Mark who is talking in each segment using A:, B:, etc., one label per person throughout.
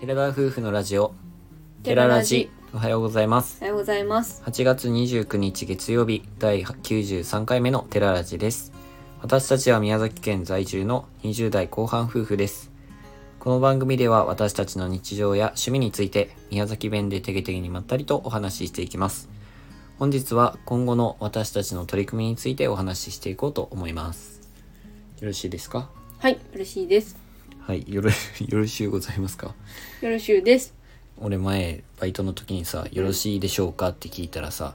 A: 寺田夫婦のラジオ
B: テララジ
A: おはようございます
B: おはようございます
A: 8月29日月曜日第93回目のテララジです私たちは宮崎県在住の20代後半夫婦ですこの番組では私たちの日常や趣味について宮崎弁でてげてげにまったりとお話ししていきます本日は今後の私たちの取り組みについてお話ししていこうと思いますよろしいですか
B: はい嬉しいです
A: はいよろよろしゅうございますか
B: よろしゅうです
A: 俺前バイトの時にさ「よろしいでしょうか?」って聞いたらさ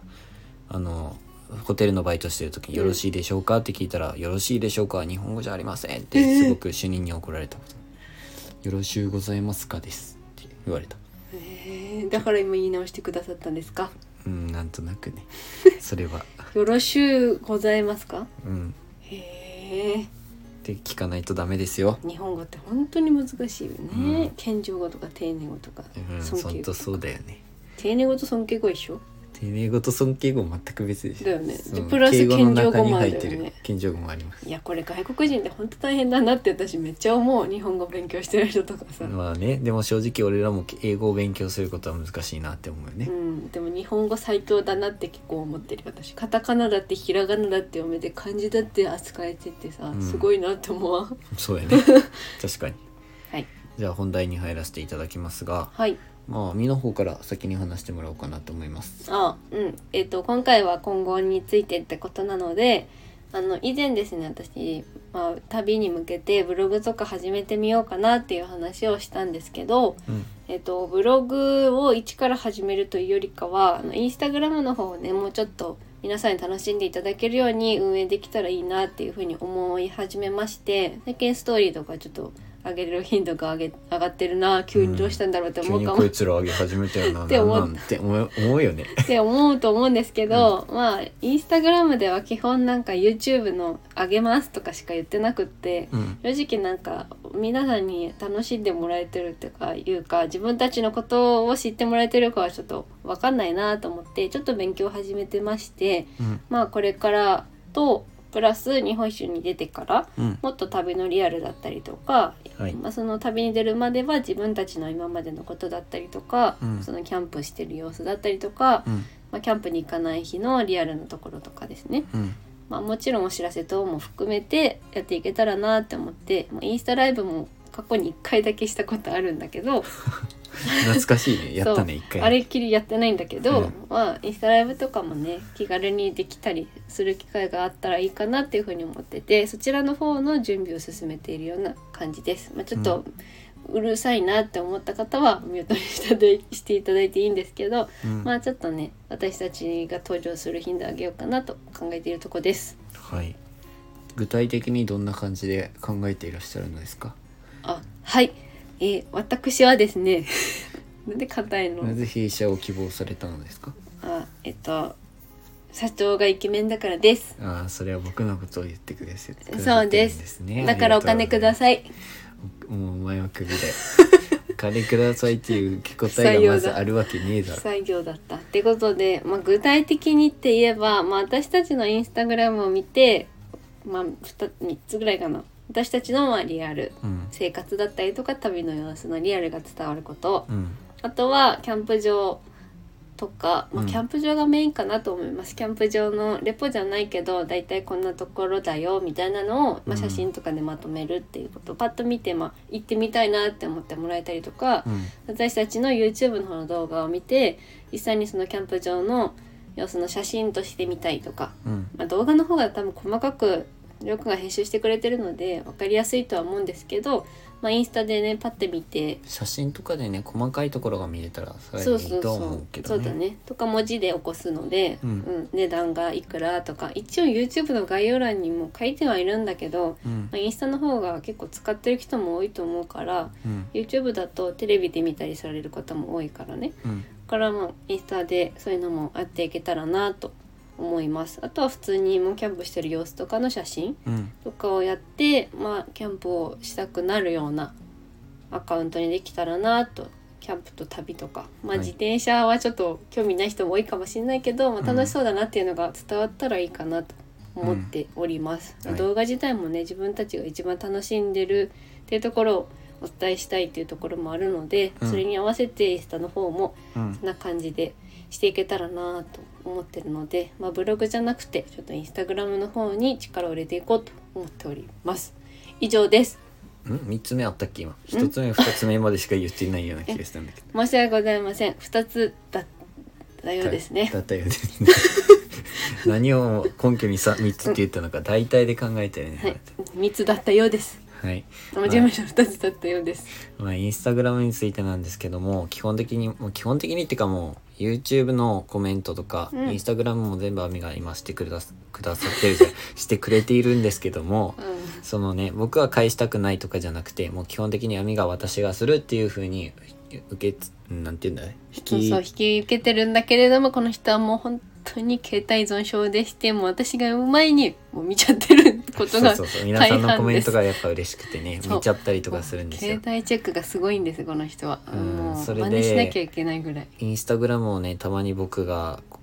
A: あのホテルのバイトしてる時に「よろしいでしょうか?」って聞いたら「よろしいでしょうかは日本語じゃありません」ってすごく主任に怒られたこと「よろしゅうございますか?」ですって言われた
B: えー、だから今言い直してくださったんですか
A: うんなんとなく ねそれは
B: よろしゅうございますか
A: うん
B: へえ
A: って聞かないとダメですよ
B: 日本語って本当に難しいよ
A: うん
B: ね、謙譲語とか丁寧語とか
A: うん
B: 尊
A: ほ
B: 敬
A: ん
B: 語
A: とそうだよね
B: 丁寧語と尊敬語一緒
A: 丁寧語と尊敬語全く別でしょ
B: だよね
A: そう
B: でプラス
A: 敬語の中に
B: 謙譲語もあ
A: 入
B: るよね
A: ってる謙譲語もあります
B: いやこれ外国人って本当大変だなって私めっちゃ思う日本語勉強してる人とかさ、
A: まあねでも正直俺らも英語を勉強することは難しいなって思うよね
B: うん、でも日本語最強だなって結構思ってる私カタカナだってひらがなだって読めて漢字だって扱えててさ、
A: うん
B: すごいなって思わん
A: そう やね確かに
B: はい
A: じゃあ本題に入らせていただきますが
B: はい
A: まあ身の方から先に話してもらおうかなと思います
B: あうんえっ、と今回は今後についてってことなのであの以前ですね私、まあ、旅に向けてブログとか始めてみようかなっていう話をしたんですけど、
A: うん
B: えっとブログを一から始めるというよりかはあのインスタグラムの方をねもうちょっと皆さんに楽しんでいただけるように運営できたらいいなっていうふうに思い始めまして最近ストーリーとかちょっと上げる頻度が上げ上がってるな急にどうしたんだろうって
A: 急
B: 思う
A: に
B: かも
A: こいつら上げ始めたよな
B: って思う
A: なんなんって思う思うよね
B: って思うと思うんですけど、まあインスタグラムでは基本なんか YouTube の「あげます」とかしか言ってなくって
A: うん
B: 正直なんか皆さんに楽しんでもらえてるっていうかいうか自分たちのことを知ってもらえてるかはちょっと分かんないなと思ってちょっと勉強を始めてまして
A: うん
B: まあこれからとプラス日本一周に出てから
A: うん
B: もっと旅のリアルだったりとか、
A: はい
B: まあ、その旅に出るまでは自分たちの今までのことだったりとか、
A: うん
B: そのキャンプしてる様子だったりとか、
A: うん
B: まあ、キャンプに行かない日のリアルなところとかですね、
A: うん
B: まあ、もちろんお知らせ等も含めてやっていけたらなって思って、まあ、インスタライブも過去に1回だけしたことあるんだけど
A: 懐かしいねやったね一回
B: あれっきりやってないんだけど、
A: うん
B: まあ、インスタライブとかもね気軽にできたりする機会があったらいいかなっていうふうに思っててそちらの方の準備を進めているような感じです。まあ、ちょっと、うるさいなって思った方はミュートにしたでしていただいていいんですけど、
A: うん
B: まあちょっとね私たちが登場する頻度を上げようかなと考えているとこです
A: はい具体的にどんな感じで考えていらっしゃるのですか
B: あはい、えー私はですね なんで硬いの
A: なぜ弊社を希望されたのですか
B: あえっと社長がイケメンだからです
A: ああそれは僕のことを言ってくださってるん
B: そうです
A: ですね
B: だからお金くだ
A: さ
B: さい
A: いもうお前はクビだよお金くださいっていう受け答
B: 採
A: え
B: 用
A: が
B: だ
A: まずあるわけねえだろ
B: 作業だったってことで、まあ、具体的にって言えば、まあ、私たちのインスタグラムを見て、まあ、2, 3つぐらいかな私たちのまあリアル
A: うん
B: 生活だったりとか旅の様子のリアルが伝わること、
A: うん
B: あとはキャンプ場とか、ま
A: う
B: あ、
A: ん
B: キャンプ場がメインかなと思います、キャンプ場のレポじゃないけどだいたいこんなところだよみたいなのを、
A: う
B: ま
A: ん
B: あ、写真とかでまとめるっていうことをパッと見て、まあ、行ってみたいなって思ってもらえたりとか、
A: うん
B: 私たちの YouTube の方の動画を見て実際にそのキャンプ場の様子の写真としてみたいとか、
A: うん
B: まあ、動画の方が多分細かくりょうくんが編集してくれてるので分かりやすいとは思うんですけど、まあ、インスタでねパッて見て
A: 写真とかでね細かいところが見れたらそれ
B: そう
A: はい
B: そう
A: いとは
B: そ
A: 思
B: う
A: うけ
B: そ
A: ど
B: うだ
A: ね
B: ねとか文字で起こすので、
A: うん
B: うん値段がいくらとか一応 YouTube の概要欄にも書いてはいるんだけど、
A: うん
B: まあ、インスタの方が結構使ってる人も多いと思うから
A: うん
B: YouTube だとテレビで見たりされる方も多いからね
A: うん
B: だからまあインスタでそういうのもやっていけたらなと思いますあとは普通にもうキャンプしてる様子とかの写真
A: うん
B: とかをやって、まあ、キャンプをしたくなるようなアカウントにできたらなとキャンプと旅とか、ま
A: は
B: あ、
A: い
B: 自転車はちょっと興味ない人も多いかもしれないけど、
A: うん
B: まあ、楽しそうだなっていうのが伝わったらいいかなと思っております、
A: うんはい
B: 動画自体もね自分たちが一番楽しんでるっていうところをお伝えしたいっていうところもあるので、
A: うん
B: それに合わせてインスタの方も
A: うん
B: そんな感じでしていけたらなと思ってるので、まあ、ブログじゃなくてちょっとインスタグラムの方に力を入れていこうと思っております以上です
A: うん、3つ目あったっけ今1つ目2つ目までしか言ってないような気がしたんだけど
B: 申し訳ございません2つだったようですね
A: だったようです ね何を根拠にさ3つって言ったのか大体で考えたよね、
B: はい、3つだったようです
A: はい
B: 事務所2つだったようです
A: まあ、インスタグラムについてなんですけども基本的にもう基本的にっていうかもう YouTube のコメントとか、
B: うん
A: インスタグラムも全部アミが今してくだすくださってるじゃん してくれているんですけども
B: う
A: そのね僕は返したくないとかじゃなくてもう基本的にアミが私がするっていうふうに受けつなんて言うんだね引
B: ん、そうそう引き受けてるんだけれどもこの人はもう本当に携帯依存症でしてもう私がうまいにもう見ちゃってることが
A: そうそうそう皆さん
B: 大半で
A: の
B: す
A: コメントがやっぱ嬉しくてね
B: そう
A: 見ちゃったりとかするんですよ
B: 携帯チェックがすごいんですこの人は、
A: うん
B: も
A: そうれで
B: 真似しなきゃいけないぐらい
A: インスタグラムをねたまに僕がコ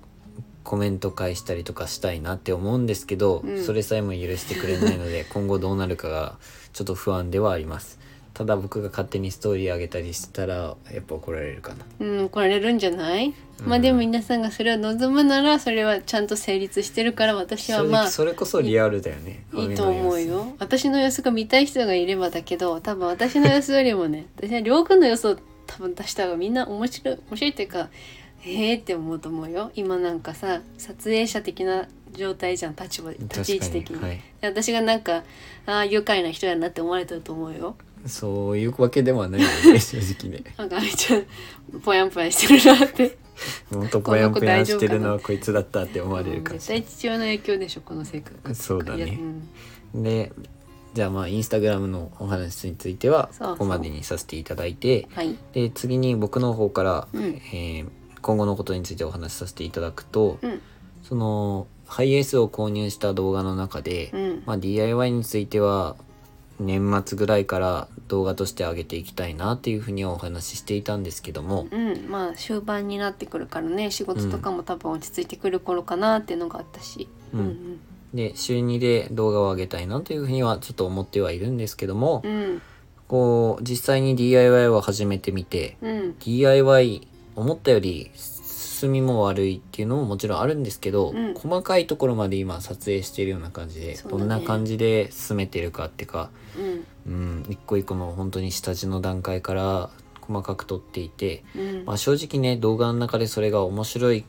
A: コメント返したりとかしたいなって思うんですけど、
B: うん
A: それさえも許してくれないの で今後どうなるかがちょっと不安ではありますただ僕が勝手にストーリー上げたりしたらやっぱ怒られるかな
B: うん怒られるんじゃない、
A: うん
B: まあでも皆さんがそれを望むならそれはちゃんと成立してるから私
A: 正
B: は
A: 直、
B: まあ
A: それこそリアルだよね
B: いいと思う
A: 雨の様子
B: よ私の様子が見たい人がいればだけど多分私の様子よりもね私はりょうくんの様子を多分出した方がみんな面白い面白いっていうかええって思うと思うよ今なんかさ撮影者的な状態じゃん立場立ち位置
A: 確
B: 的
A: か
B: に
A: に、はい、
B: で私がなんかああ愉快な人やなって思われてると思うよ
A: そういうわけではないよね正直 ね
B: なんかあみちゃんぽやんぽやんしてるなって
A: ほんとぽやんぽやんしてるのはこいつだったって思われるかも
B: 絶
A: しれ
B: 対父親の影響でしょこの性格
A: そうだね
B: いやん
A: ないでじゃあまあインスタグラムのお話については
B: そうそう
A: ここまでにさせていただいて
B: はい
A: で次に僕の方から、
B: うん
A: えー今後のことについてお話しさせていただくと、
B: うん
A: そのハイエースを購入した動画の中で、
B: うん
A: まあ、DIY については年末ぐらいから動画として上げていきたいなっていうふうにはお話ししていたんですけども、
B: うん、まあ終盤になってくるからね仕事とかも多分落ち着いてくる頃かなっていうのがあったし、
A: うん
B: うん
A: で週2で動画を上げたいなというふうにはちょっと思ってはいるんですけども、
B: うんうん
A: こう実際に DIY を始めてみて
B: うん
A: DIY 思ったより進みも悪いっていうのももちろんあるんですけど、
B: うん
A: 細かいところまで今撮影しているような感じで、
B: そうだ
A: ど
B: ね
A: んな感じで進めてるかっていうか、う
B: うん
A: ん、一個一個の本当に下地の段階から細かく撮っていて、
B: うん
A: まあ、正直ね動画の中でそれが面白い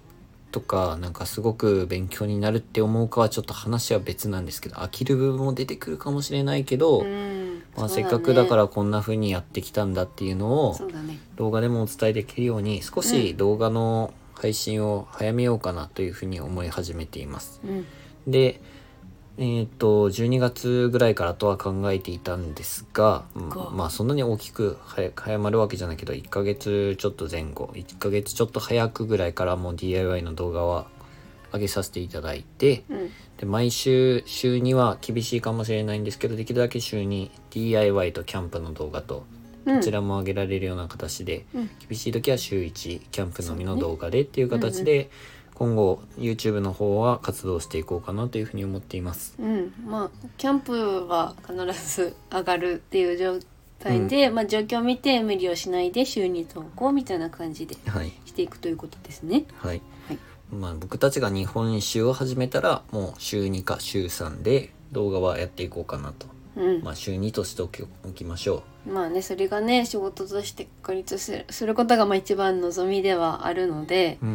A: とかなんかすごく勉強になるって思うかはちょっと話は別なんですけど飽きる部分も出てくるかもしれないけど、
B: うん
A: まあ、
B: そう
A: せ
B: ね
A: っかくだからこんな風にやってきたんだっていうのを
B: そうだね
A: 動画でもお伝えできるように少し動画の配信を早めようかなというふうに思い始めています。
B: うん
A: で、えーっと12月ぐらいからとは考えていたんですが、うん
B: が
A: まあそんなに大きく早早まるわけじゃないけど1ヶ月ちょっと前後1ヶ月ちょっと早くぐらいからもう DIY の動画は上げさせていただいて
B: うん
A: で毎週週には厳しいかもしれないんですけどできるだけ週に DIY とキャンプの動画と
B: うん
A: どちらも上げられるような形で、
B: うん
A: 厳しい時は週1キャンプのみの
B: そうだね
A: 動画でっていう形で、今後 YouTube の方は活動していこうかなというふうに思っています。
B: うん、まあキャンプは必ず上がるっていう状態で、まあ状況を見て無理をしないで週に投稿みたいな感じで
A: はい、
B: していくということですね。
A: はい
B: はい
A: まあ、僕たちが日本一周を始めたらもう週2か週3で動画はやっていこうかなと、
B: うん、
A: まあ、週2としておきおきましょ
B: まあねそれがね仕事として確立するすることがまあ一番望みではあるので
A: う、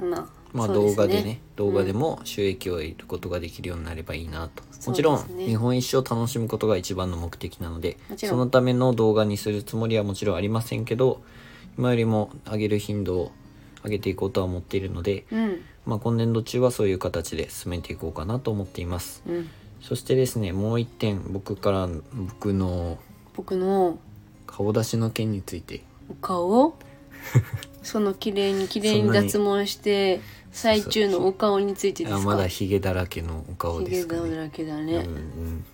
B: まあ、
A: まあ、
B: そう
A: 動
B: す
A: 画でね動画でも収益を得ることができるようになればいいなと、
B: すね
A: もちろん日本一周を楽しむことが一番の目的なので
B: もちろ
A: そ
B: ん
A: のための動画にするつもりはもちろんありませんけど今よりも上げる頻度を上げていこうとは思っているので、
B: うん
A: まあ、今年度中はそういう形で進めていこうかなと思っています
B: うん
A: そしてですねもう一点僕から僕の
B: 僕の
A: 顔出しの件について
B: お 顔をその綺麗に綺麗
A: そ
B: に
A: んなに
B: 脱毛して最中のお顔についてです
A: あ
B: か
A: まだヒゲだらけのお顔
B: ヒ
A: で
B: ゲ
A: すか
B: 顔
A: ね
B: だらけだ
A: うん
B: ね
A: う、 ん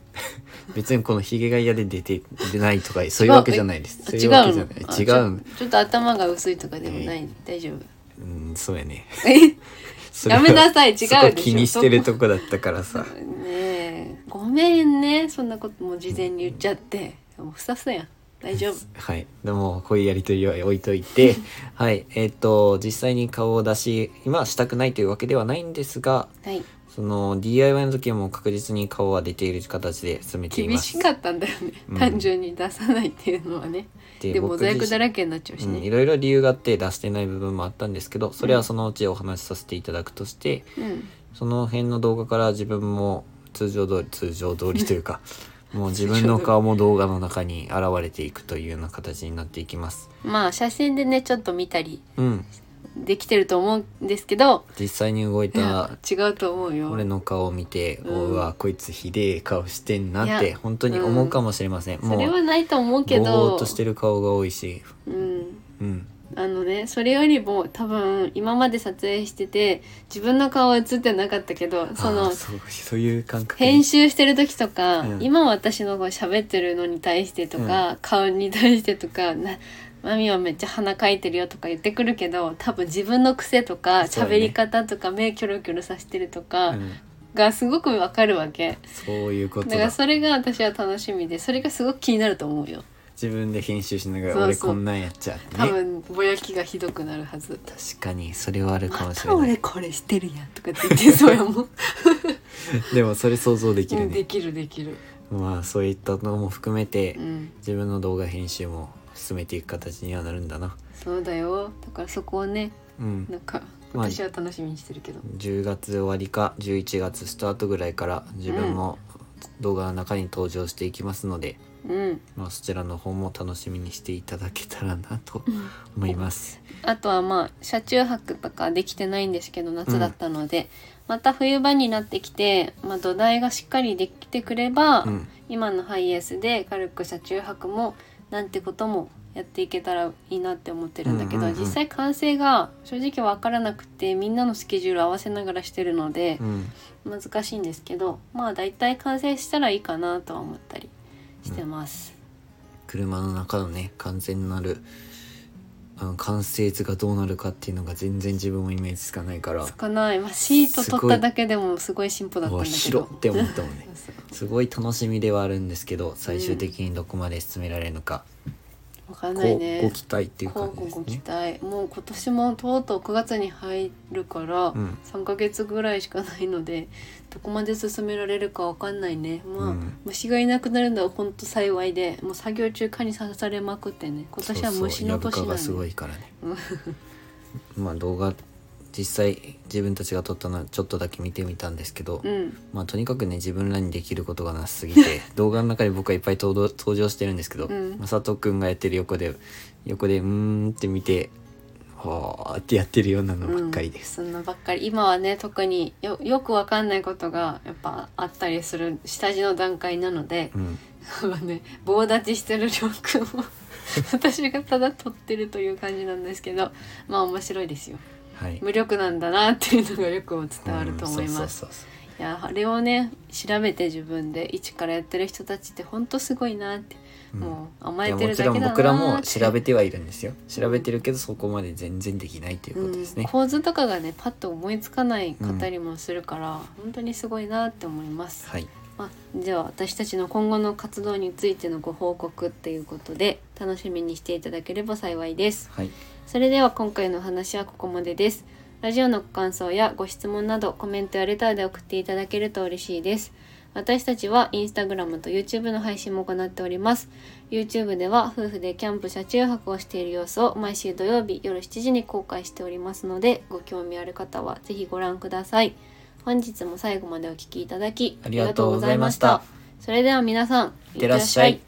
A: 別にこのヒゲが嫌で出て出ないとかそういうわけじゃないです
B: あ
A: そう
B: 違
A: いうわけじゃ
B: の
A: ない
B: あ
A: 違
B: ちょ
A: う
B: ちょっと頭が薄いとかでもない、大丈夫
A: うんそうやね
B: え
A: それ
B: や
A: は
B: めなさい違うでし
A: そ
B: ょ
A: こ気にしてるとこだったからさ
B: ねえごめんねそんなことも事前に言っちゃってもうふさふさやん大丈夫
A: はいでもこういうやりとりは置いといてはいえっ、と実際に顔を出し今はしたくないというわけではないんですが
B: はい
A: その DIY の時はもう確実に顔は出ている形で進めてい
B: 厳
A: ます
B: しかったんだよね、
A: うん
B: 単純に出さないっていうのはね
A: で
B: でもモザイ
A: 僕
B: ク
A: 自
B: だ
A: 身
B: らけになっちゃうし
A: うんい
B: ね、
A: ろいろ理由があって出してない部分もあったんですけどそれはそのうちお話しさせていただくとして、
B: うん
A: その辺の動画から自分も通常通り通常通りという かもう自分の顔も動画の中に現れていくというような形になっていきます
B: まあ写真でねちょっと見たり
A: うん
B: できてると思うんですけど
A: 実際に動い
B: いや
A: た
B: 違うと思うよ
A: 俺の顔を見て、
B: うん
A: うわこいつひでえ顔してんなっ
B: い
A: て
B: や
A: 本当に思うかもしれません、
B: そ
A: も
B: れは
A: う
B: ないと思う
A: ぼ
B: けど
A: ーっとしてる顔が多いし
B: うん
A: うん
B: あのねそれよりも多分今まで撮影してて自分の顔は映ってなかったけどそ
A: あ
B: の
A: ーそうそういう感覚
B: 編集してる時とか、
A: うん
B: 今私のこう喋ってるのに対してとか、顔に対してとかなマミはめっちゃ鼻かいてるよとか言ってくるけど多分自分の癖とか
A: そうだ
B: 喋
A: ね
B: り方とか目キョロキョロさせてると
A: う
B: か
A: ん、
B: がすごくわかるわけ、
A: そういうこと
B: だから
A: だ
B: それが私は楽しみでそれがすごく気になると思うよ
A: 自分で編集しながら
B: そう
A: 俺
B: そう
A: こんなんやっちゃって
B: 多
A: ね
B: 分ぼやきがひどくなるはず
A: 確かにそれはあるかも
B: ま
A: し
B: た
A: れない
B: 俺これしてるやんとかって言ってそうやもん
A: でもそれ想 像でき
B: う
A: る
B: んで
A: ね、
B: きるできる、
A: まあそういったのも含めて、
B: うん、
A: 自分の動画編集も進めていく形にはなるんだな
B: そうだよだからそこをね
A: うん
B: なんか
A: まあ
B: 私は楽しみにしてるけど、
A: 10月終わりか11月スタートぐらいから自分も動画の中に登場していきますので、
B: うん、
A: まあ、そちらの方も楽しみにしていただけたらなと思います、
B: あとはまあ車中泊とかできてないんですけど夏だったので、また冬場になってきて、まあ、土台がしっかりできてくれば、
A: うん、
B: 今のハイエースで軽く車中泊もなんてこともやっていけたらいいなって思ってるんだけ
A: う
B: ど、
A: んうんうん
B: 実際完成が正直わからなくてみんなのスケジュール合わせながらしてるので
A: うん、
B: 難しいんですけどまあ大体完成したらいいかなとは思ったりしてます。
A: 車の中のね完全なるあの完成図がどうなるかっていうのが全然自分もイメージつかないから
B: 少ない、まあ、シート取っただけでもすごい進歩だったん
A: お
B: だ
A: い
B: け
A: 広
B: ど
A: っって思ったもんね
B: そう
A: すごい楽しみではあるんですけど最終的にどこまで進められるのか、
B: わかん
A: こ
B: ないう
A: ご
B: ね
A: 期待っていう
B: こ
A: 感
B: う
A: じ
B: ご
A: です
B: ご期
A: ね。
B: 待もう今年もとうとう9月に入るから
A: うん
B: 3ヶ月ぐらいしかないのでどこまで進められるかわかんないねまあ、
A: うん
B: 虫がいなくなるのはほんと幸いでもう作業中蚊に刺されまくってね今年は虫の
A: そうそうヤブ
B: 年
A: 蚊
B: な
A: がす
B: ん
A: ご
B: で
A: いからね。まあ動画実際自分たちが撮ったのはちょっとだけ見てみたんですけど、
B: うん
A: まあとにかくね自分らにできることがなさすぎ て動画の中に僕はいっぱい登場登場してるんですけど、
B: うん
A: まさとくんがやってる横で横でうーんって見て。はあってやってるようなのばっかりです、
B: うん、そんなばっかり今はね特によよくわかんないことがやっぱあったりする下地の段階なので、
A: うん、
B: そうね棒立ちしてるりょうくん を私がただ撮ってるという感じなんですけどまあ面白いですよ
A: はい
B: 無力なんだなっていうのがよく伝わると思い
A: うん
B: ます
A: そうそうそう
B: いやあれをね調べて自分で一からやってる人たちってほんとすごいなって、
A: うん
B: もう
A: い
B: 甘え
A: や
B: て
A: も
B: る
A: ち
B: だ
A: ろ
B: け
A: ん
B: だな
A: 僕らも
B: って
A: 調べてはいるんですよ調べてるけどそこまで全然できないということです
B: うん
A: ね、
B: 構図とかがねパッと思いつかない方にもするから、本当にすごいなって思います、
A: はい
B: まあ、では私たちの今後の活動についてのご報告っていうことで楽しみにしていただければ幸いです
A: はい
B: それでは今回のお話はここまでですラジオのご感想やご質問などコメントやレターで送っていただけると嬉しいです私たちはインスタグラムと YouTube の配信も行っております YouTube では夫婦でキャンプ車中泊をしている様子を毎週土曜日夜7時に公開しておりますのでご興味ある方はぜひご覧ください本日も最後までお聴きいただき
A: ありがとうございました
B: ありがとうございましたそれでは皆さん
A: いってらっしゃい